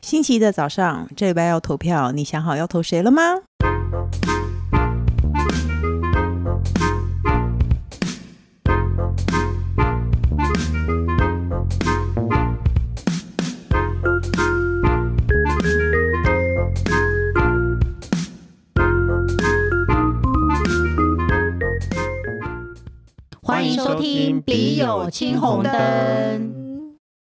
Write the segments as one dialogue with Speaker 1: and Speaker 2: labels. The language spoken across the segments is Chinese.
Speaker 1: 星期一的早上，这礼拜要投票，你想好要投谁了吗？
Speaker 2: 欢迎收听《笔友青红灯》。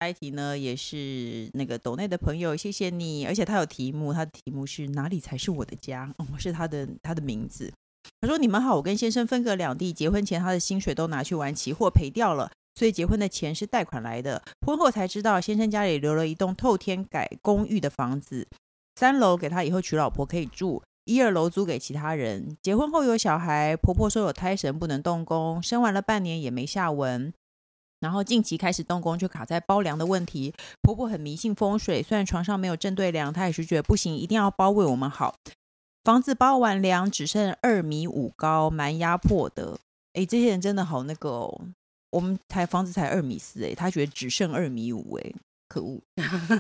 Speaker 1: 下一题呢，也是那个抖内的朋友，谢谢你。而且他有题目，他的题目是哪里才是我的家？哦，是他的他的名字。他说：“你们好，我跟先生分隔两地，结婚前他的薪水都拿去玩期货赔掉了，所以结婚的钱是贷款来的。婚后才知道，先生家里留了一栋透天改公寓的房子，三楼给他以后娶老婆可以住，一二楼租给其他人。结婚后有小孩，婆婆说有胎神不能动工，生完了半年也没下文。”然后近期开始动工，就卡在包梁的问题。婆婆很迷信风水，虽然床上没有正对梁，她也是觉得不行，一定要包为我们好。房子包完梁只剩二米五高，蛮压迫的。诶，这些人真的好那个哦，我们才房子才二米四，诶，他觉得只剩二米五，诶，可恶！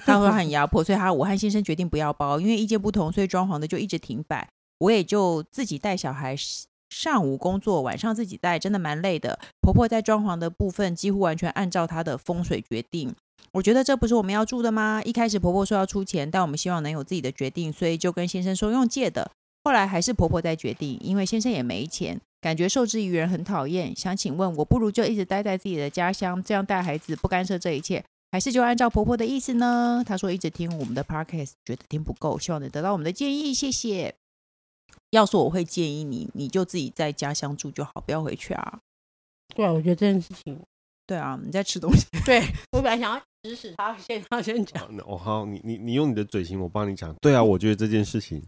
Speaker 1: 他说他很压迫，所以他我和先生决定不要包，因为意见不同，所以装潢的就一直停摆。我也就自己带小孩，上午工作，晚上自己带，真的蛮累的。婆婆在装潢的部分几乎完全按照她的风水决定。我觉得这不是我们要住的吗？一开始婆婆说要出钱，但我们希望能有自己的决定，所以就跟先生说用借的。后来还是婆婆在决定，因为先生也没钱，感觉受制于人很讨厌。想请问，我不如就一直待在自己的家乡，这样带孩子不干涉这一切，还是就按照婆婆的意思呢？她说一直听我们的 podcast，觉得听不够，希望能得到我们的建议，谢谢。要说我会建议你，你就自己在家乡住就好，不要回去啊。
Speaker 2: 对啊，我觉得这件事情，
Speaker 1: 对啊，你在吃东西。
Speaker 2: 对我本来想要指使他，先他先讲
Speaker 3: 好，哦那我、好，你你你用你的嘴型，我帮你
Speaker 1: 嗯
Speaker 3: 讲。对啊，我觉得这件事情，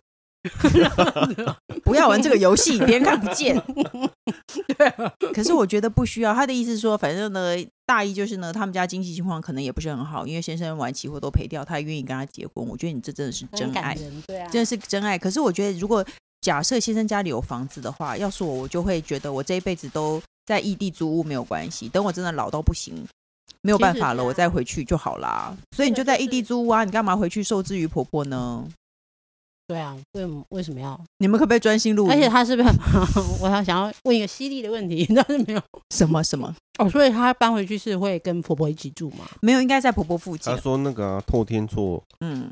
Speaker 1: 不要玩这个游戏，别人看不 见。啊可是我觉得不需要。他的意思是说，反正呢，大意就是呢，他们家经济情况可能也不是很好，因为先生玩期货都赔掉，他愿意跟他结婚。我觉得你这真的是真
Speaker 2: 很
Speaker 1: 爱
Speaker 2: 感，人，对啊，
Speaker 1: 真的是真爱。可是我觉得，如果假设先生家里有房子的话，要是我，我就会觉得我这一辈子都在异地租屋没有关系。等我真的老到不行，没有办法
Speaker 2: 其实嗯
Speaker 1: 了，
Speaker 2: 是啊
Speaker 1: 我再回去就好啦。所以你就在异地租屋啊，你干嘛回去受制于婆婆呢？
Speaker 2: 对啊，为什么为什么要？
Speaker 1: 你们可不可以专心录音？
Speaker 2: 而且他是不是？我还想要问一个犀利的问题， 但是没有
Speaker 1: 什么什么
Speaker 2: 哦，所以他搬回去是会跟婆婆一起住嘛？
Speaker 1: 没有，应该在婆婆附近
Speaker 3: 他。说那个、啊、透天厝，
Speaker 1: 嗯，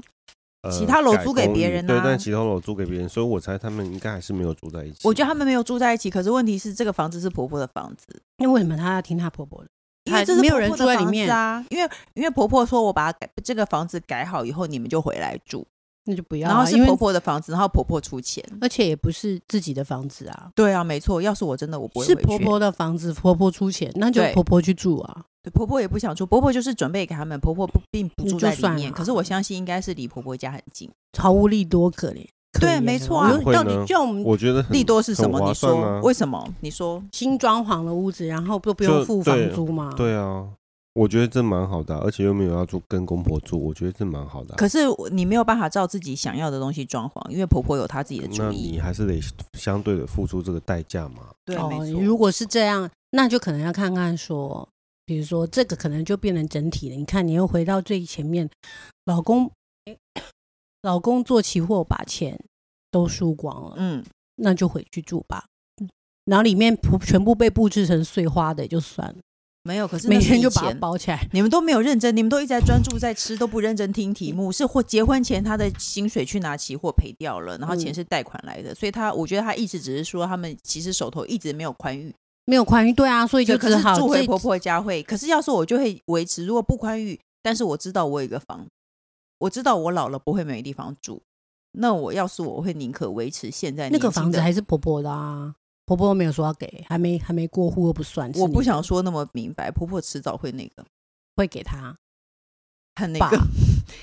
Speaker 3: 呃、
Speaker 1: 其他楼
Speaker 3: 改
Speaker 1: 租给
Speaker 3: 公
Speaker 1: 别
Speaker 3: 寓
Speaker 1: 人
Speaker 3: 对
Speaker 1: 啊，
Speaker 3: 但其他楼租给别人，所以我猜他们应该还是没有住在一起。
Speaker 1: 我觉得他们没有住在一起，可是问题是这个房子是婆婆的房子，
Speaker 2: 那为什么他要听他婆婆的？
Speaker 1: 因为
Speaker 2: 她
Speaker 1: 这是
Speaker 2: 没有
Speaker 1: 婆
Speaker 2: 人
Speaker 1: 婆的
Speaker 2: 住在里
Speaker 1: 房子
Speaker 2: 面，
Speaker 1: 啊。因为因为婆婆说我把它改这个房子改好以后，你们就回来住，
Speaker 2: 那就不要、啊。
Speaker 1: 然后是
Speaker 2: 因为
Speaker 1: 婆，婆的房子，然后婆婆出钱。
Speaker 2: 而且也不是自己的房子啊，
Speaker 1: 对啊，没错。要是我真的我不会
Speaker 2: 是
Speaker 1: 回去
Speaker 2: 婆婆的房子，婆婆出钱，那就
Speaker 1: 对
Speaker 2: 婆婆去住啊。
Speaker 1: 对婆婆也不想住，婆婆就是准备给他们，婆婆不并不住
Speaker 2: 就
Speaker 1: 在里
Speaker 2: 算
Speaker 1: 面。
Speaker 2: 了啊
Speaker 1: 可是我相信应该是离婆婆家很近。
Speaker 2: 毫无利多可怜。可
Speaker 1: 对
Speaker 2: 怜
Speaker 1: 没
Speaker 2: 啊
Speaker 1: 错啊
Speaker 2: 我
Speaker 3: 怎
Speaker 2: 就
Speaker 3: 么会
Speaker 2: 到底
Speaker 3: 呢
Speaker 2: 就我们
Speaker 3: 我觉得很
Speaker 1: 利多是什么？
Speaker 3: 很
Speaker 1: 你
Speaker 3: 划算
Speaker 1: 说
Speaker 3: 啊
Speaker 1: 为什么？你说
Speaker 2: 新装潢的屋子，然后都不
Speaker 3: 就
Speaker 2: 用付房
Speaker 3: 对
Speaker 2: 租嘛？，
Speaker 3: 对啊，我觉得这蛮好的啊、而且又没有要住跟公婆住，我觉得这蛮好的啊、
Speaker 1: 可是你没有办法照自己想要的东西装潢，因为婆婆有她自己的
Speaker 3: 那
Speaker 1: 主
Speaker 3: 你
Speaker 1: 意。
Speaker 3: 还是得相对的付出这个代价嘛。
Speaker 1: 对，
Speaker 2: 哦
Speaker 1: 没，
Speaker 2: 你
Speaker 1: 错。
Speaker 2: 如果是这样，那就可能要看看说，比如说这个可能就变成整体了。你看，你又回到最前面，老公，老公做期货把钱都输光了，
Speaker 1: 嗯，
Speaker 2: 那就回去住吧。然后里面全全部被布置成碎花的也就算了，
Speaker 1: 没有，可是那
Speaker 2: 每
Speaker 1: 是
Speaker 2: 天
Speaker 1: 以
Speaker 2: 就把它
Speaker 1: 前
Speaker 2: 包起来。
Speaker 1: 你们都没有认真，你们都一直在专注在吃，都不认真听题目。是或结婚前他的薪水去拿期货赔掉了，然后钱
Speaker 2: 嗯
Speaker 1: 是贷款来的，所以他我觉得他一直只是说他们其实手头一直没有宽裕，
Speaker 2: 没有宽裕，对啊，所以
Speaker 1: 所
Speaker 2: 就
Speaker 1: 以可
Speaker 2: 只
Speaker 1: 是
Speaker 2: 好
Speaker 1: 住
Speaker 2: 这
Speaker 1: 回婆婆家会。可是要说我就会维持，如果不宽裕，但是我知道我有一个房，我知道我老了不会没地方住。那我要是我我会宁可维持现在
Speaker 2: 那个
Speaker 1: 年轻
Speaker 2: 房子
Speaker 1: 的
Speaker 2: 还是婆婆的啊，婆婆没有说要给，还没还没过户又不算，是
Speaker 1: 我
Speaker 2: 你
Speaker 1: 不
Speaker 2: 的
Speaker 1: 想说那么明白，婆婆迟早会那个。
Speaker 2: 会给她。
Speaker 1: 很那
Speaker 2: 爸
Speaker 1: 个，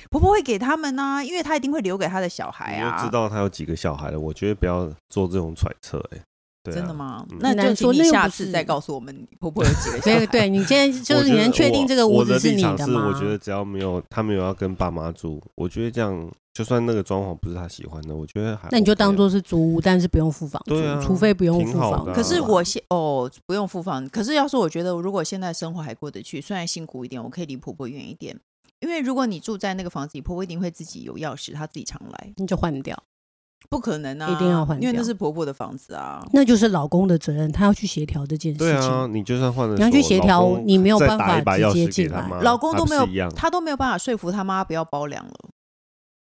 Speaker 1: 婆婆会给他们呐、因为她一定会留给她的小孩
Speaker 3: 你
Speaker 1: 啊。
Speaker 3: 就知道他有几个小孩了。我觉得不要做这种揣测，哎，对啊
Speaker 1: 真的？吗？
Speaker 3: 嗯
Speaker 1: 那
Speaker 2: 很
Speaker 1: 就
Speaker 2: 难
Speaker 1: 请
Speaker 2: 说
Speaker 1: 你
Speaker 2: 那又
Speaker 1: 下
Speaker 2: 不
Speaker 1: 次
Speaker 2: 是
Speaker 1: 再告诉我们你婆婆有 几个小
Speaker 2: 对
Speaker 1: 孩。
Speaker 2: 对，你现在就
Speaker 3: 我
Speaker 2: 是
Speaker 3: 觉
Speaker 2: 你能
Speaker 3: 得
Speaker 2: 确定
Speaker 3: 我
Speaker 2: 这个屋
Speaker 3: 我
Speaker 2: 子
Speaker 3: 的
Speaker 2: 是
Speaker 3: 立
Speaker 2: 你
Speaker 3: 场
Speaker 2: 的
Speaker 3: 是，
Speaker 2: 吗？
Speaker 3: 我觉得只要没有他没有要跟爸妈住，我觉得这样就算那个装潢不是他喜欢的，我觉得还
Speaker 2: 那你就
Speaker 3: OK 啊
Speaker 2: 当做是租屋，但是不用付房租
Speaker 3: 对啊，
Speaker 2: 除非不用
Speaker 3: 挺
Speaker 2: 付
Speaker 3: 好
Speaker 2: 房
Speaker 3: 的
Speaker 2: 租。
Speaker 1: 可
Speaker 3: 啊
Speaker 1: 是我现哦不用付房，可是要说我觉得如果现在生活还过得去，虽然辛苦一点，我可以离婆婆远一点。因为如果你住在那个房子里，婆婆一定会自己有钥匙，她自己常来，
Speaker 2: 你就换掉，
Speaker 1: 不可能啊，
Speaker 2: 一定要换
Speaker 1: 因为那
Speaker 2: 掉
Speaker 1: 是婆婆的房子啊。
Speaker 2: 那就是老公的责任，他要去协调这件
Speaker 3: 对
Speaker 2: 事情。
Speaker 3: 啊，你就算换了
Speaker 2: 你要
Speaker 3: 手
Speaker 2: 去协
Speaker 3: 老
Speaker 2: 调
Speaker 3: 公
Speaker 2: 你没有
Speaker 3: 再
Speaker 2: 办
Speaker 3: 打
Speaker 2: 法
Speaker 3: 一把
Speaker 2: 直
Speaker 3: 钥
Speaker 2: 接
Speaker 3: 匙
Speaker 2: 进
Speaker 3: 给他
Speaker 2: 来
Speaker 3: 妈
Speaker 1: 老公
Speaker 3: 还
Speaker 1: 都
Speaker 3: 不
Speaker 1: 没
Speaker 3: 是
Speaker 1: 有
Speaker 3: 一样，
Speaker 1: 她都没有办法说服她妈不要包粮了，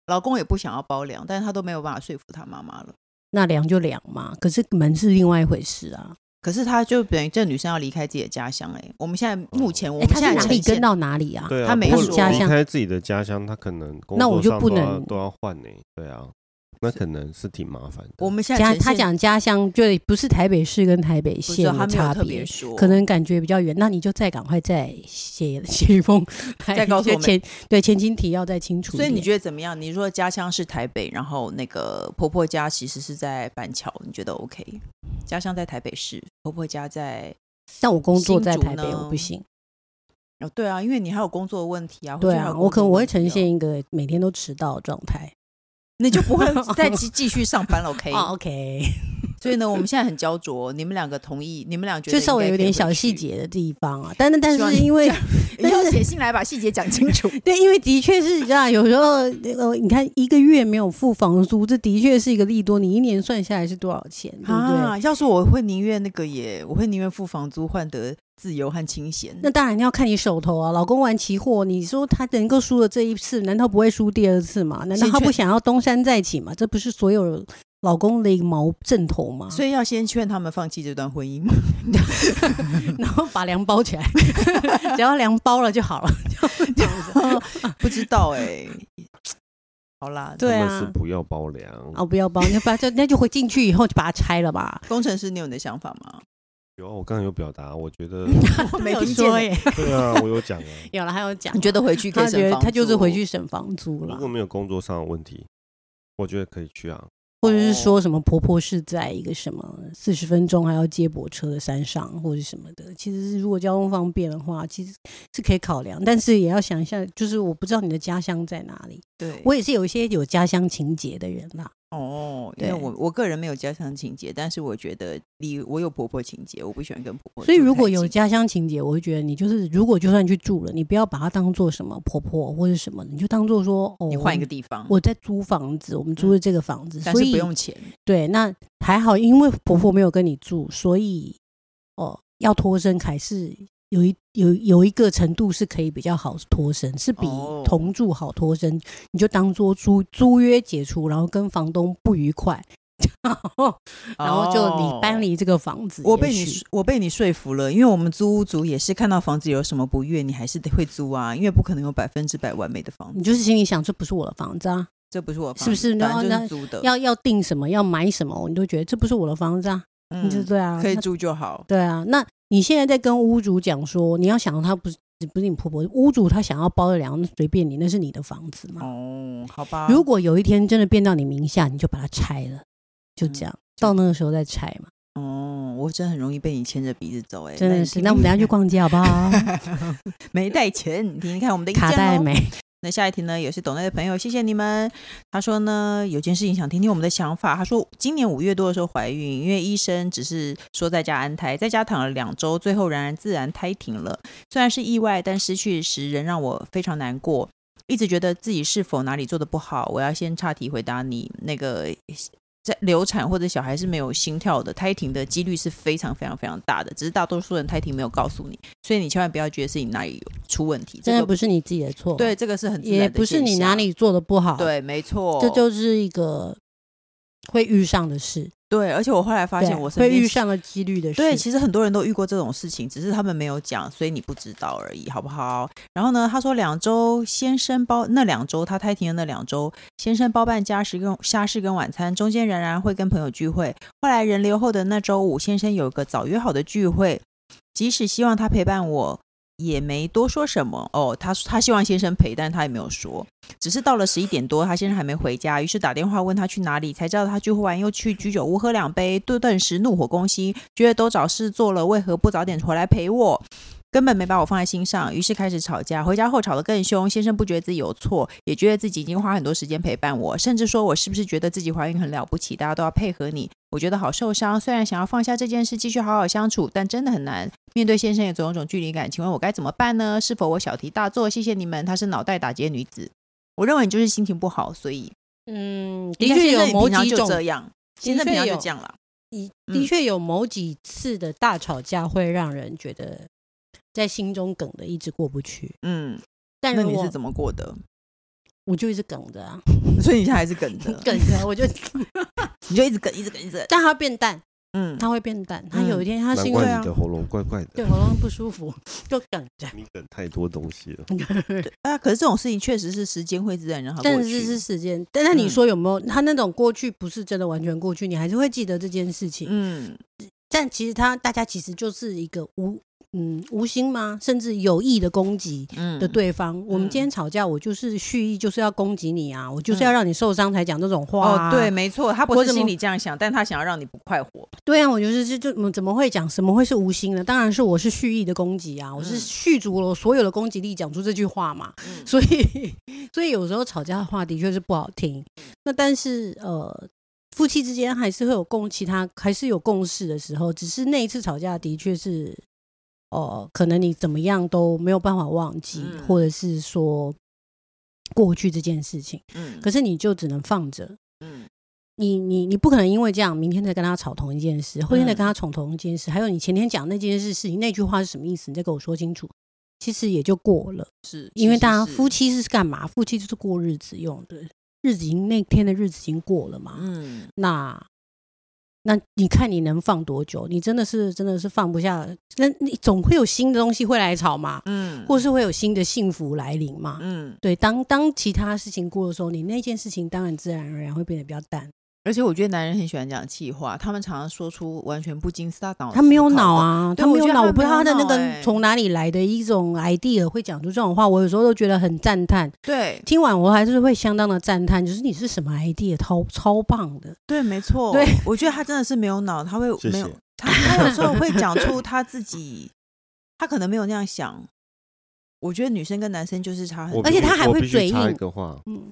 Speaker 1: 老公也不想要包粮，但是她都没有办法说服她妈妈了。
Speaker 2: 那凉就凉嘛，可是门是另外一回事啊。
Speaker 1: 可是她就等于这女生要离开自己的家乡哎、我们现在目前我
Speaker 2: 哎，
Speaker 1: 们
Speaker 2: 他
Speaker 1: 现在
Speaker 2: 是哪里
Speaker 1: 呈现
Speaker 2: 跟到哪里啊？
Speaker 3: 对啊，
Speaker 1: 他没
Speaker 3: 不过
Speaker 2: 说家
Speaker 3: 离
Speaker 2: 乡
Speaker 3: 开自己的家乡，他可能工
Speaker 2: 那我
Speaker 3: 作
Speaker 2: 就
Speaker 3: 上
Speaker 2: 不
Speaker 3: 都要
Speaker 2: 能
Speaker 3: 都要换呢、对啊，那可能是挺麻烦的。
Speaker 1: 我们现在
Speaker 2: 家
Speaker 1: 呈
Speaker 2: 他
Speaker 1: 现
Speaker 2: 讲家乡，就不是台北市跟台北
Speaker 1: 不是
Speaker 2: 县
Speaker 1: 她没有
Speaker 2: 的差
Speaker 1: 特别
Speaker 2: 别，
Speaker 1: 说，
Speaker 2: 可能感觉比较远。那你就再赶快再写 写一封，
Speaker 1: 再告诉 我们
Speaker 2: 前对前情提要再清楚
Speaker 1: 所
Speaker 2: 一点。
Speaker 1: 以你觉得怎么样？你说家乡是台北，然后那个婆婆家其实是在板桥，你觉得 OK？家乡在台北市，婆婆家在
Speaker 2: 但我工作
Speaker 1: 新
Speaker 2: 在
Speaker 1: 竹
Speaker 2: 台北，我
Speaker 1: 呢
Speaker 2: 不行。
Speaker 1: 哦，对啊，因为你还有工作的问题啊，或
Speaker 2: 对
Speaker 1: 者还有
Speaker 2: 啊，
Speaker 1: 工作
Speaker 2: 我可能我会
Speaker 1: 问题啊
Speaker 2: 呈现，一个每天都迟到的状态。
Speaker 1: 你就不会再继继续上 班了，OK？
Speaker 2: 啊 OK，
Speaker 1: 所以呢，我们现在很焦灼，你们两个同意，你们俩觉得
Speaker 2: 就稍微
Speaker 1: 应该
Speaker 2: 有
Speaker 1: 可以
Speaker 2: 点
Speaker 1: 回
Speaker 2: 小细
Speaker 1: 去，
Speaker 2: 节的地方啊。但是但
Speaker 1: 希望
Speaker 2: 是
Speaker 1: 你
Speaker 2: 因 为
Speaker 1: 这样你要写信来把细节讲清楚。
Speaker 2: 对，因为的确是这样。有时候，呃，你看一个月没有付房租，这的确是一个利多。你一年算下来是多少钱， 对不对？
Speaker 1: 啊，要是我会宁愿那个耶，我会宁愿付房租换得自由和清闲。
Speaker 2: 那当然要看你手头啊。老公玩期货，你说他能够输了这一次，难道不会输第二次吗？难道
Speaker 1: 先
Speaker 2: 他不
Speaker 1: 劝
Speaker 2: 想要东山再起吗？这不是所有老公的一个毛正头吗？
Speaker 1: 所以要先劝他们放弃这段婚姻吗？
Speaker 2: 然后把粮包起来， 只要粮包了就好了。这样子
Speaker 1: 不知道哎、好啦，
Speaker 2: 对
Speaker 3: 他们是
Speaker 2: 啊，
Speaker 3: 不要包粮，
Speaker 2: 哦，不要包，那把就那就回进去以后就把它拆了 吧。
Speaker 1: 工程师，你有你的想法吗？
Speaker 3: 有啊，我刚刚有表达，我觉 得
Speaker 1: 我没
Speaker 2: 有
Speaker 1: 听见
Speaker 2: 说
Speaker 1: 欸
Speaker 2: 耶，
Speaker 3: 对啊，我有 讲啊。
Speaker 2: 有了还有讲，
Speaker 1: 你觉得回去可以
Speaker 2: 他觉
Speaker 1: 省
Speaker 2: 得
Speaker 1: 房
Speaker 2: 他就是
Speaker 1: 租
Speaker 2: 回去省房租
Speaker 3: 如
Speaker 2: 了
Speaker 3: 果，没有工作上的问题，我觉得可以去啊。
Speaker 2: 或者是说什么婆婆是在一个什么四十分钟还要接驳车的山上，或者什么的。其实是如果交通方便的话，其实是可以考量，但是也要想一下，就是我不知道你的家乡在哪里。
Speaker 1: 对，
Speaker 2: 我也是有一些有家乡情结的人啦，
Speaker 1: 哦，因为
Speaker 2: 对
Speaker 1: 我我个人没有家乡情节，但是我觉得离我有婆婆情节，我不喜欢跟婆婆住
Speaker 2: 所
Speaker 1: 太
Speaker 2: 以
Speaker 1: 近。
Speaker 2: 如果有家乡情结，我会觉得你就是如果就算去住了，你不要把它当做什么婆婆或者什么，你就当做说哦，
Speaker 1: 你换一个地方，
Speaker 2: 我在租房子，我们租的这个房子，
Speaker 1: 但
Speaker 2: 所
Speaker 1: 是
Speaker 2: 以
Speaker 1: 不用钱，
Speaker 2: 对，那还好，因为婆婆没有跟你住，所以哦，要脱身还是有一有有一个程度是可以比较好脱身，是比
Speaker 1: 哦
Speaker 2: 同住好脱身。你就当做租租约解除，然后跟房东不愉快， 然后然后就你搬
Speaker 1: 哦。
Speaker 2: 离这个房子。
Speaker 1: 我
Speaker 2: 也
Speaker 1: 被你
Speaker 2: 许
Speaker 1: 说我被你说服了，因为我们租屋族也是看到房子有什么不悦，你还是得会租啊，因为不可能有百分之百完美的房子，
Speaker 2: 你就是心里想，这不是我的房子啊，
Speaker 1: 这不是我房
Speaker 2: 是不
Speaker 1: 子
Speaker 2: 是
Speaker 1: 反
Speaker 2: 然后
Speaker 1: 正就
Speaker 2: 那
Speaker 1: 是租的，
Speaker 2: 要要订什么，要买什么，你都觉得这不是我的房子啊，你就
Speaker 1: 嗯
Speaker 2: 对啊，
Speaker 1: 可以
Speaker 2: 那
Speaker 1: 住就好。
Speaker 2: 对啊，那你现在在跟屋主讲说，你要想他不是不是你婆婆，屋主他想要包的粮，那随便你，那是你的房子嘛。
Speaker 1: 哦，好吧。
Speaker 2: 如果有一天真的变到你名下，你就把它拆了，
Speaker 1: 嗯
Speaker 2: 就这样，到那个时候再拆嘛。
Speaker 1: 哦，我真的很容易被你牵着鼻子走、哎，
Speaker 2: 真
Speaker 1: 你
Speaker 2: 的是，
Speaker 1: 听
Speaker 2: 那我们等一下去逛街好 不好？
Speaker 1: 没带钱，你听听看我们的哦意见
Speaker 2: 卡带
Speaker 1: 咯
Speaker 2: 没？
Speaker 1: 那下一题呢，也是懂内的朋友，谢谢你们。他说呢，有件事情想听听我们的想法。他说，今年五月多的时候怀孕，因为医生只是说在家安胎，在家躺了两周，最后仍然自然胎停了。虽然是意外，但失去时仍让我非常难过，一直觉得自己是否哪里做的不好。我要先岔题回答你，那个在流产或者小孩是没有心跳的，胎停的几率是非常非常非常大的，只是大多数人胎停没有告诉你，所以你千万不要觉得是你哪里有出问题，这
Speaker 2: 真
Speaker 1: 个
Speaker 2: 的不是你自己的错，
Speaker 1: 对，，这个是很自
Speaker 2: 也
Speaker 1: 然的
Speaker 2: 不是
Speaker 1: 现
Speaker 2: 你
Speaker 1: 象
Speaker 2: 哪，里做的不好，，
Speaker 1: 对，没错，
Speaker 2: 这就是一个会遇上的事，
Speaker 1: 对。而且我后来发现
Speaker 2: 对
Speaker 1: 我身
Speaker 2: 会
Speaker 1: 边
Speaker 2: 遇
Speaker 1: 其
Speaker 2: 上的几率的事，
Speaker 1: 对，其实很多人都遇过这种事情，只是他们没有讲，所以你不知道而已，好不好？然后呢，他说两周先生包那两周，他胎停的那两周，先生包办家事跟家事跟晚餐，中间仍然会跟朋友聚会。后来人流后的那周五，先生有个早约好的聚会，即使希望他陪伴我。也没多说什么哦。他他希望先生陪，但他也没有说。只是到了十一点多，他先生还没回家，于是打电话问他去哪里，才知道他去户外又去居酒屋喝两杯，顿顿时怒火攻心，觉得都找事做了，为何不早点回来陪我？根本没把我放在心上，于是开始吵架。回家后吵得更凶，先生不觉得自己有错，也觉得自己已经花很多时间陪伴我，甚至说我是不是觉得自己怀孕很了不起，大家都要配合你。我觉得好受伤，虽然想要放下这件事，继续好好相处，但真的很难。面对先生也总有种距离感，请问我该怎么办呢？是否我小题大做？谢谢你们，她是脑袋打结女子。我认为你就是心情不好，所以
Speaker 2: 嗯，
Speaker 1: 你
Speaker 2: 的
Speaker 1: 看
Speaker 2: 确
Speaker 1: 现在
Speaker 2: 有
Speaker 1: 你
Speaker 2: 某
Speaker 1: 平常
Speaker 2: 几
Speaker 1: 就
Speaker 2: 种
Speaker 1: 这样，现在
Speaker 2: 的
Speaker 1: 平
Speaker 2: 确
Speaker 1: 常就
Speaker 2: 有
Speaker 1: 这样了。
Speaker 2: 的
Speaker 1: 嗯
Speaker 2: 的确有某几次的大吵架会让人觉得在心中梗的一直过不去。
Speaker 1: 嗯，
Speaker 2: 但
Speaker 1: 那
Speaker 2: 如
Speaker 1: 你
Speaker 2: 果
Speaker 1: 是怎么过的？
Speaker 2: 我就一直梗着啊，
Speaker 1: 所以你现在还是梗着，
Speaker 2: 梗着，我就，
Speaker 1: 你就一直梗，一直梗，一直梗。
Speaker 2: 但它变淡，
Speaker 1: 嗯，
Speaker 2: 它会变淡。它
Speaker 1: 嗯
Speaker 2: 有一天，它是
Speaker 3: 难
Speaker 2: 因
Speaker 3: 怪
Speaker 2: 为
Speaker 1: 啊
Speaker 3: 你的喉咙怪怪
Speaker 2: 对
Speaker 3: 的，
Speaker 2: 喉咙不舒服，就梗着。
Speaker 3: 你梗太多东西了。
Speaker 1: 啊，可是这种事情确实是时间会自然让它啊过
Speaker 2: 但
Speaker 1: 去。
Speaker 2: 是是时间，但那你
Speaker 1: 嗯
Speaker 2: 说有没有？它那种过去不是真的完全过去，你还是会记得这件事情。
Speaker 1: 嗯，
Speaker 2: 但其实他大家其实就是一个无嗯无心吗？甚至有意的攻击
Speaker 1: 嗯
Speaker 2: 的，对方。我们今天吵架，我就是蓄意就是要攻击你啊，我就是要让你受伤才讲这种话、
Speaker 1: 嗯
Speaker 2: 啊
Speaker 1: 哦，对，，没错，他不
Speaker 2: 我
Speaker 1: 是
Speaker 2: 怎么
Speaker 1: 心里这样想，但他想要让你不快活。
Speaker 2: 对啊，我就是就就嗯怎么会讲什么会是无心的？当然是我是蓄意的攻击啊，我是
Speaker 1: 嗯
Speaker 2: 蓄足了我所有的攻击力讲出这句话嘛。
Speaker 1: 嗯
Speaker 2: 所以所以有时候吵架的话的确是不好听。
Speaker 1: 嗯
Speaker 2: 那但是呃，夫妻之间还是会有共，其他还是有共识的时候，只是那一次吵架的确是哦、呃可能你怎么样都没有办法忘记，
Speaker 1: 嗯
Speaker 2: 或者是说过去这件事情，
Speaker 1: 嗯
Speaker 2: 可是你就只能放着。
Speaker 1: 嗯
Speaker 2: 你你你不可能因为这样，明天再跟他吵同一件事，后
Speaker 1: 嗯
Speaker 2: 天再跟他吵同一件事，还有你前天讲那件事事情那句话是什么意思，你再给我说清楚，其实也就过了。
Speaker 1: 是
Speaker 2: 因为
Speaker 1: 是
Speaker 2: 大家
Speaker 1: 是
Speaker 2: 夫妻是干嘛？夫妻就是过日子用的，日子已经那天的日子已经过了嘛。
Speaker 1: 嗯
Speaker 2: 那那你看你能放多久？你真的是真的是放不下，那你总会有新的东西会来吵嘛，
Speaker 1: 嗯，
Speaker 2: 或是会有新的幸福来临嘛。
Speaker 1: 嗯，
Speaker 2: 对，当当其他事情过的时候，你那件事情当然自然而然会变得比较淡。
Speaker 1: 而且我觉得男人很喜欢讲气话，他们常常说出完全不经大哦脑思考的，
Speaker 2: 他没有脑啊，
Speaker 1: 对
Speaker 2: 他
Speaker 1: 我
Speaker 2: 没
Speaker 1: 觉
Speaker 2: 有
Speaker 1: 得
Speaker 2: 脑，
Speaker 1: 他
Speaker 2: 我不知道
Speaker 1: 没有
Speaker 2: 他的那
Speaker 1: 脑欸
Speaker 2: 个从哪里来的一种 idea 会讲出这种话，我有时候都觉得很赞叹。
Speaker 1: 对
Speaker 2: 听完我还是会相当的赞叹，就是你是什么 idea，超超棒的。
Speaker 1: 对，没错，
Speaker 2: 对，
Speaker 1: 我觉得他真的是没有脑，他会
Speaker 3: 谢
Speaker 1: 没有
Speaker 3: 谢
Speaker 1: 他，他有时候会 讲出他自己，他可能没有那样想。我觉得女生跟男生就是差很
Speaker 3: 我
Speaker 1: 多，
Speaker 2: 呃而且
Speaker 3: 必须
Speaker 2: 他还
Speaker 3: 我
Speaker 2: 会
Speaker 3: 必须
Speaker 2: 嘴
Speaker 3: 插一
Speaker 2: 硬
Speaker 3: 个话，
Speaker 2: 嗯，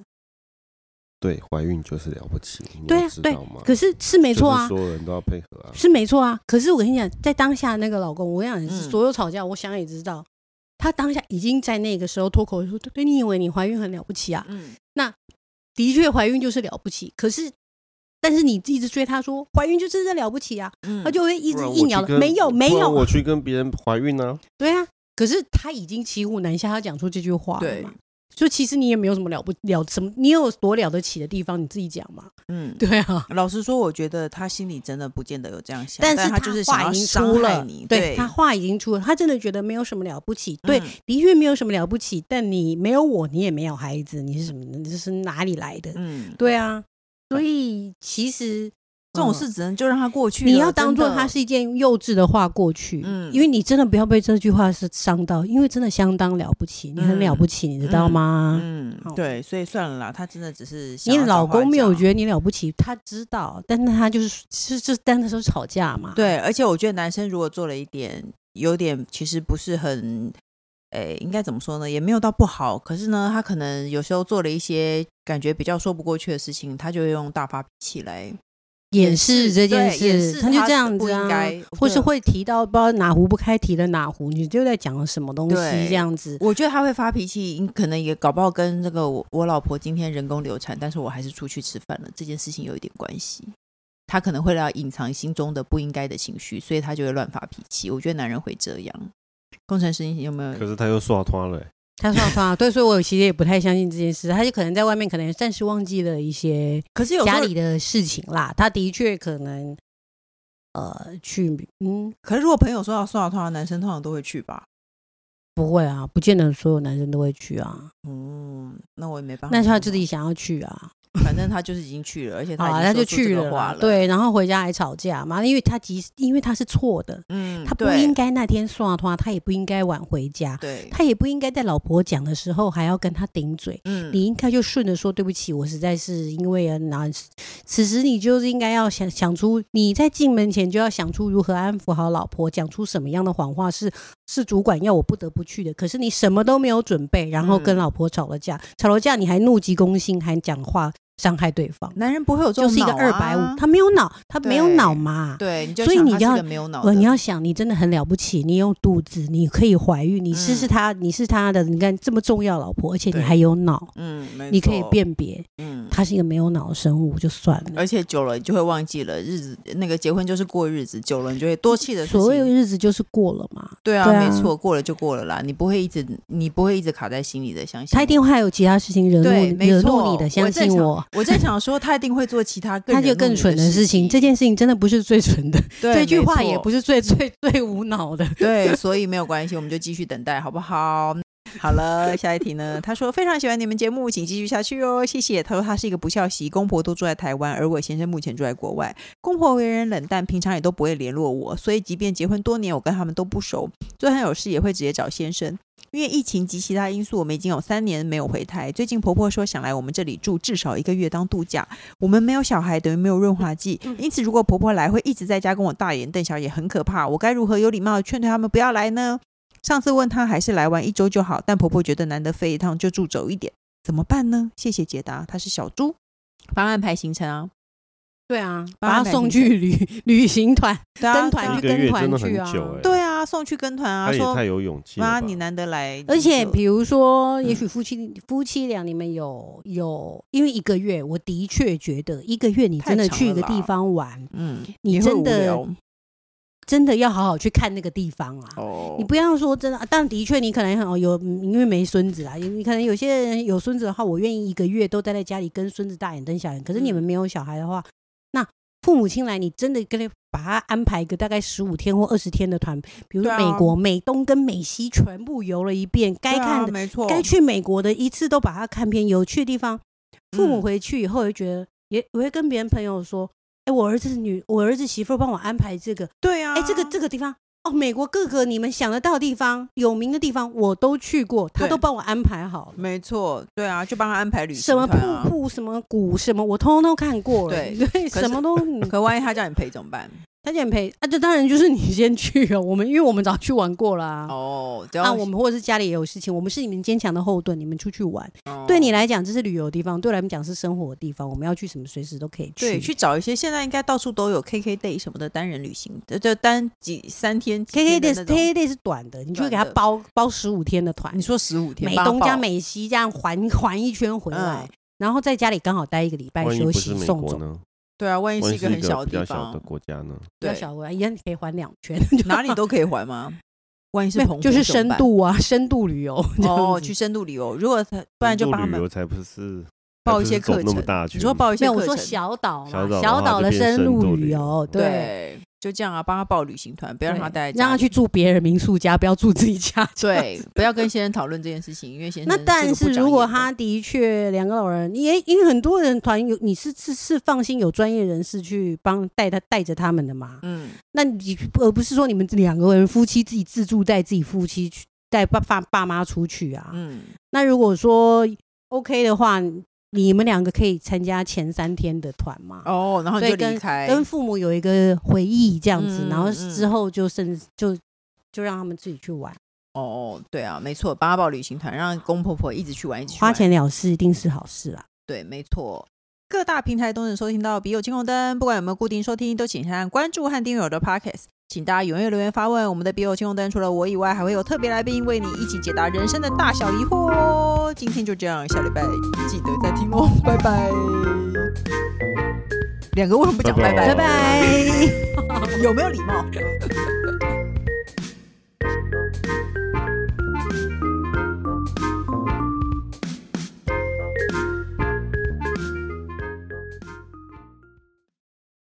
Speaker 3: 对，怀孕就是了不起，你
Speaker 2: 对
Speaker 3: 要
Speaker 2: 啊
Speaker 3: 知，
Speaker 2: 对
Speaker 3: 道吗，？
Speaker 2: 可是是没
Speaker 3: 就是
Speaker 2: 错啊，
Speaker 3: 所有人都要配合啊。
Speaker 2: 是没错啊。可是我跟你讲，在当下那个老公，我跟你讲，
Speaker 1: 嗯
Speaker 2: 所有吵架，我想也知道，他当下已经在那个时候脱口而出：“对，你以为你怀孕很了不起啊？
Speaker 1: 嗯，
Speaker 2: 的确，怀孕就是了不起。可是，但是你一直追他说怀孕就是了不起啊，
Speaker 1: 嗯
Speaker 2: 他就会一
Speaker 3: 不
Speaker 2: 直
Speaker 3: 然我
Speaker 2: 硬
Speaker 3: 去
Speaker 2: 咬了，
Speaker 3: 跟
Speaker 2: 没有
Speaker 3: 不
Speaker 2: 没
Speaker 3: 然
Speaker 2: 有
Speaker 3: 我
Speaker 2: 啊，
Speaker 3: 去跟别人怀孕呢、
Speaker 2: 对啊。可是他已经骑虎难下，他讲出这句话了
Speaker 1: 对
Speaker 2: 嘛。”就其实你也没有什么了不了什么，你有多了得起的地方，你自己讲嘛。
Speaker 1: 嗯，
Speaker 2: 对啊，
Speaker 1: 老实说，我觉得他心里真的不见得有这样想，
Speaker 2: 但
Speaker 1: 但
Speaker 2: 是
Speaker 1: 他就是想
Speaker 2: 话
Speaker 1: 要
Speaker 2: 已经
Speaker 1: 伤
Speaker 2: 出
Speaker 1: 害
Speaker 2: 了
Speaker 1: 你，，
Speaker 2: 对他话已经出了，他真的觉得没有什么了不起，对，
Speaker 1: 嗯
Speaker 2: 的确没有什么了不起。但你没有我，你也没有孩子，你是什么？你这是哪里来的？
Speaker 1: 嗯，
Speaker 2: 对啊，所以其实
Speaker 1: 这种
Speaker 2: 呃
Speaker 1: 事只能就让他过去了。
Speaker 2: 你要当做
Speaker 1: 真的
Speaker 2: 它是一件幼稚的话过去，
Speaker 1: 嗯
Speaker 2: 因为你真的不要被这句话是伤到，因为真的相当了不起，你很了不起，你知道吗？
Speaker 1: 嗯，
Speaker 2: 好
Speaker 1: 对，所以算了啦，他真的只是想
Speaker 2: 你
Speaker 1: 要找
Speaker 2: 老
Speaker 1: 话
Speaker 2: 公没有
Speaker 1: 讲
Speaker 2: 觉得你了不起，他知道，但是他就是是就是但那时候吵架嘛，
Speaker 1: 对，而且我觉得男生如果做了一点有点其实不是很，诶，应该怎么说呢？也没有到不好，可是呢，他可能有时候做了一些感觉比较说不过去的事情，他就会用大发脾气来
Speaker 2: 掩饰这件
Speaker 1: 对掩
Speaker 2: 事，
Speaker 1: 饰
Speaker 2: 他就这样
Speaker 1: 不
Speaker 2: 子
Speaker 1: 应
Speaker 2: 啊，
Speaker 1: 该，
Speaker 2: 或是
Speaker 1: 对。
Speaker 2: 会提到不知道哪壶不开提了哪壶，你就在讲什么东西
Speaker 1: 对
Speaker 2: 这样子。
Speaker 1: 我觉得他会发脾气，嗯可能也搞不好跟那个我我老婆今天人工流产，但是我还是出去吃饭了，这件事情有一点关系。他可能会要隐藏心中的不应该的情绪，所以他就会乱发脾气。我觉得男人会这样。工程师，你有没有？
Speaker 3: 可是他又耍脱了
Speaker 2: 他
Speaker 3: 欸、
Speaker 2: 说他对，所以我其实也不太相信这件事，他就可能在外面可能暂时忘记了一些
Speaker 1: 可是有时
Speaker 2: 家
Speaker 1: 候
Speaker 2: 里的事情啦，他的确可能呃去嗯
Speaker 1: 可是如果朋友说要刷的话，男生通常都会去吧？
Speaker 2: 不会啊，不见得所有男生都会去啊，
Speaker 1: 嗯，那我也没办法。
Speaker 2: 那是他自己，想要去啊，
Speaker 1: 反反正他就是已经去了，而且他
Speaker 2: 好啊，
Speaker 1: 已经
Speaker 2: 他
Speaker 1: 说
Speaker 2: 就
Speaker 1: 出这
Speaker 2: 去
Speaker 1: 个话了，，
Speaker 2: 对，然后回家还吵架嘛，因为他即因为他是错的，
Speaker 1: 嗯，
Speaker 2: 他不
Speaker 1: 对
Speaker 2: 应该那天刷他，他也不应该晚回家，
Speaker 1: 对，
Speaker 2: 他也不应该在老婆讲的时候还要跟他顶嘴。
Speaker 1: 嗯，
Speaker 2: 你应该就顺着说对不起，我实在是因为啊哪，此时你就是应该要想想出你在进门前就要想出如何安抚好老婆，讲出什么样的谎话是是主管要我不得不去的，可是你什么都没有准备，然后跟
Speaker 1: 嗯
Speaker 2: 老婆吵了架，吵了架你还怒急攻心，还讲话伤害对方，
Speaker 1: 男人不会有这
Speaker 2: 就
Speaker 1: 种、
Speaker 2: 是一个二百五，，他没有脑，他没有
Speaker 1: 对
Speaker 2: 脑嘛。
Speaker 1: 对，你就
Speaker 2: 所以
Speaker 1: 想
Speaker 2: 你
Speaker 1: 他
Speaker 2: 就是要
Speaker 1: 个没有脑
Speaker 2: 呃，
Speaker 1: 的，
Speaker 2: 你要想，你真的很了不起，你有肚子，你可以怀孕，你是是
Speaker 1: 嗯
Speaker 2: 他，你是他的，你看这么重要老婆，而且你
Speaker 1: 对
Speaker 2: 还有脑，
Speaker 1: 嗯，没
Speaker 2: 你可以
Speaker 1: 错，
Speaker 2: 辨别，
Speaker 1: 嗯。
Speaker 2: 他是一个没有脑的生物就算了。
Speaker 1: 而且久了你就会忘记了日子，那个结婚就是过日子，久了你就会多气的事情。
Speaker 2: 所谓的日子就是过了嘛，
Speaker 1: 对啊，
Speaker 2: 对啊
Speaker 1: 没错，过了就过了啦，你不会一直，你不会一直卡在心里的，相信
Speaker 2: 他一定
Speaker 1: 会。
Speaker 2: 会还有其他事情惹
Speaker 1: 对
Speaker 2: 怒
Speaker 1: 没
Speaker 2: 惹
Speaker 1: 错
Speaker 2: 怒你的，相
Speaker 1: 我
Speaker 2: 信
Speaker 1: 正
Speaker 2: 我。
Speaker 1: 我在想说，他一定会做其他更
Speaker 2: 他就
Speaker 1: 惹怒
Speaker 2: 更
Speaker 1: 你
Speaker 2: 蠢
Speaker 1: 的
Speaker 2: 的事情，这件事情真的不是最蠢的，
Speaker 1: 对
Speaker 2: 这句话
Speaker 1: 是。没
Speaker 2: 也
Speaker 1: 错
Speaker 2: 不是最最最无脑 的。
Speaker 1: 对，所以没有关系，我们就继续等待，好不好？好了，下一题呢？他说非常喜欢你们节目，请继续下去哦，谢谢。他说他是一个不孝媳，公婆都住在台湾，而我先生目前住在国外。公婆为人冷淡，平常也都不会联络我，所以即便结婚多年，我跟他们都不熟。就算有事也会直接找先生。因为疫情及其他因素，我们已经有三年没有回台。最近婆婆说想来我们这里住至少一个月当度假。我们没有小孩，等于没有润滑剂，
Speaker 2: 嗯
Speaker 1: 因此如果婆婆来，会一直在家跟我大眼瞪小眼，很可怕。我该如何有礼貌地劝退他们不要来呢？上次问她还是来玩一周就好，但婆婆觉得难得飞一趟，就住走一点，怎么办呢？谢谢解答，她是小猪。帮安排行程啊，
Speaker 2: 对啊，
Speaker 1: 把他
Speaker 2: 把他
Speaker 1: 买
Speaker 2: 送
Speaker 1: 进
Speaker 2: 去旅旅行团，
Speaker 1: 对啊对
Speaker 2: 跟团
Speaker 1: 啊
Speaker 2: 去
Speaker 3: 欸一个月
Speaker 2: 跟团
Speaker 3: 真的
Speaker 2: 去
Speaker 3: 很
Speaker 2: 啊。
Speaker 3: 久哎、
Speaker 1: 对啊，送去跟团啊，
Speaker 3: 他也
Speaker 1: 说
Speaker 3: 太有勇气了
Speaker 1: 妈
Speaker 3: 吧。
Speaker 1: 你难得来，
Speaker 2: 而且
Speaker 1: 你就
Speaker 2: 比如说，也
Speaker 1: 嗯
Speaker 2: 许夫妻、夫妻俩你们有有，因为一个月，我的确觉得一个月你
Speaker 1: 太
Speaker 2: 真的
Speaker 1: 长
Speaker 2: 去一
Speaker 1: 了
Speaker 2: 个地
Speaker 1: 啦
Speaker 2: 方玩，
Speaker 1: 嗯，
Speaker 2: 你
Speaker 1: 也会
Speaker 2: 真
Speaker 1: 无
Speaker 2: 的
Speaker 1: 聊
Speaker 2: 真的要好好去看那个地方啊。
Speaker 1: 哦，
Speaker 2: 你不要说真的，啊当然的确你可能很哦有，嗯因为没孙子啦，你可能有些人有孙子的话，我愿意一个月都待在家里跟孙子大眼瞪小眼。可是你
Speaker 1: 嗯
Speaker 2: 们没有小孩的话，那父母亲来，你真的跟他把他安排一个大概十五天或二十天的团，比如
Speaker 1: 对
Speaker 2: 说
Speaker 1: 啊
Speaker 2: 美国、美东跟美西全部游了一遍，该
Speaker 1: 对啊
Speaker 2: 看的
Speaker 1: 没错，
Speaker 2: 该去美国的一次都把它看遍，有趣的地方，父母
Speaker 1: 嗯
Speaker 2: 回去以后会觉得，也我会跟别人朋友说，哎、我儿子女，我儿子媳妇儿帮我安排这个，
Speaker 1: 对啊，
Speaker 2: 哎、这个这个地方，哦，美国各个你们想得到的地方，有名的地方我都去过，他
Speaker 1: 对
Speaker 2: 都帮我安排好了。
Speaker 1: 没错，对啊，就帮他安排旅行
Speaker 2: 什么
Speaker 1: 团啊
Speaker 2: 瀑布、什么谷、什么，我通通都看过了。
Speaker 1: 对
Speaker 2: 对，
Speaker 1: 可
Speaker 2: 什
Speaker 1: 是
Speaker 2: 么都，嗯
Speaker 1: 可万一他叫你陪怎么办？
Speaker 2: 他简陪啊，这当然就是你 先去哦。我们因为我们早去玩过啦、
Speaker 1: 哦，只要
Speaker 2: 啊，我们或者是家里也有事情，我们是你们坚强的后盾，你们出去玩。
Speaker 1: 哦
Speaker 2: 对你来讲，这是旅游的地方；对我来讲，是生活的地方。我们要去什么，随时都可以去。
Speaker 1: 对去找一些现在应该到处都有 KK day 什么的单人旅行，就就单几三天几
Speaker 2: K
Speaker 1: 天
Speaker 2: K day
Speaker 1: 的
Speaker 2: 是
Speaker 1: 那
Speaker 2: K
Speaker 1: 种。
Speaker 2: K day 是短的，你就
Speaker 1: 短
Speaker 2: 给他
Speaker 1: 的
Speaker 2: 包包十五天的团
Speaker 1: 你，说十五天，
Speaker 2: 美
Speaker 1: 帮
Speaker 2: 东加
Speaker 1: 报
Speaker 2: 美西这样环 环一圈回来
Speaker 1: 嗯，
Speaker 2: 然后在家里刚好待一个礼拜
Speaker 3: 万一
Speaker 2: 休
Speaker 3: 不是
Speaker 2: 息
Speaker 3: 美
Speaker 2: 送
Speaker 3: 国
Speaker 2: 走，
Speaker 3: 呢？
Speaker 1: 对啊，万一
Speaker 3: 万
Speaker 1: 是
Speaker 3: 一
Speaker 1: 一个
Speaker 3: 是一
Speaker 1: 很
Speaker 3: 个
Speaker 1: 小
Speaker 3: 比
Speaker 1: 的
Speaker 3: 较
Speaker 1: 地
Speaker 3: 小的
Speaker 1: 方，
Speaker 3: 国家呢？
Speaker 2: 不要
Speaker 1: 对，
Speaker 2: 小回来，一样可以环两圈，
Speaker 1: 哪里都可以环吗？万一是
Speaker 2: 没有
Speaker 1: 澎湖
Speaker 2: 就是
Speaker 1: 怎
Speaker 2: 深
Speaker 1: 么办
Speaker 2: 度啊，深度旅游这样
Speaker 1: 哦，
Speaker 2: 子
Speaker 1: 去深度旅游。如果他不然就
Speaker 3: 印度
Speaker 1: 帮他
Speaker 3: 旅
Speaker 1: 们
Speaker 3: 游才不是
Speaker 1: 报
Speaker 3: 才
Speaker 1: 一
Speaker 3: 不
Speaker 1: 些
Speaker 3: 是走
Speaker 1: 课
Speaker 3: 那么
Speaker 1: 程
Speaker 3: 大
Speaker 1: 你
Speaker 3: 群，
Speaker 1: 说报一
Speaker 2: 没
Speaker 1: 些
Speaker 2: 有我
Speaker 1: 课
Speaker 2: 说
Speaker 1: 程，
Speaker 2: 小岛
Speaker 3: 小
Speaker 2: 嘛，
Speaker 3: 岛
Speaker 2: 小
Speaker 3: 的话
Speaker 2: 岛
Speaker 3: 就
Speaker 2: 的
Speaker 3: 变深
Speaker 2: 入
Speaker 3: 度
Speaker 2: 旅
Speaker 3: 旅游
Speaker 2: 游，对，
Speaker 1: 对，就这样啊，帮他报旅行团，不
Speaker 2: 不
Speaker 1: 要让他待在家
Speaker 2: 让他
Speaker 1: 里
Speaker 2: 去住别人民宿家，不要住自己家。这样
Speaker 1: 对，不要跟先生讨论这件事情，因为先生
Speaker 2: 那
Speaker 1: 个
Speaker 2: 但
Speaker 1: 不
Speaker 2: 是
Speaker 1: 长
Speaker 2: 如果
Speaker 1: 眼的
Speaker 2: 他的确两个老人，也因为很多人团有你是是是放心有专业人士去帮带他带着他们的嘛，
Speaker 1: 嗯，
Speaker 2: 那你而不是说你们两个人夫妻自己自助带自己夫妻去带爸爸爸妈出去啊？
Speaker 1: 嗯，
Speaker 2: 那如果说 OK 的话，你们两个可以参加前三天的团嘛？
Speaker 1: 哦，然后你
Speaker 2: 对
Speaker 1: 就离开，
Speaker 2: 跟父母有一个回忆这样子，
Speaker 1: 嗯
Speaker 2: 然后
Speaker 1: 嗯
Speaker 2: 之后就甚至就就让他们自己去玩，
Speaker 1: 哦，对啊，没错，帮他报旅行团，让公婆婆一直去玩，一直去
Speaker 2: 花
Speaker 1: 玩
Speaker 2: 钱了事一定是好事啦。
Speaker 1: 对，没错。各大平台都能收听到《笔友金红灯》，不管有没有固定收听，都请先按关注和订阅我的 Podcast。请大家踊跃留言发问。我们的《笔友金红灯》除了我以外，还会有特别来宾为你一起解答人生的大小疑惑哦。今天就这样，下礼拜记得再听哦，拜拜。两个为什么不讲拜拜？
Speaker 3: 拜拜
Speaker 1: 拜，有没有礼貌？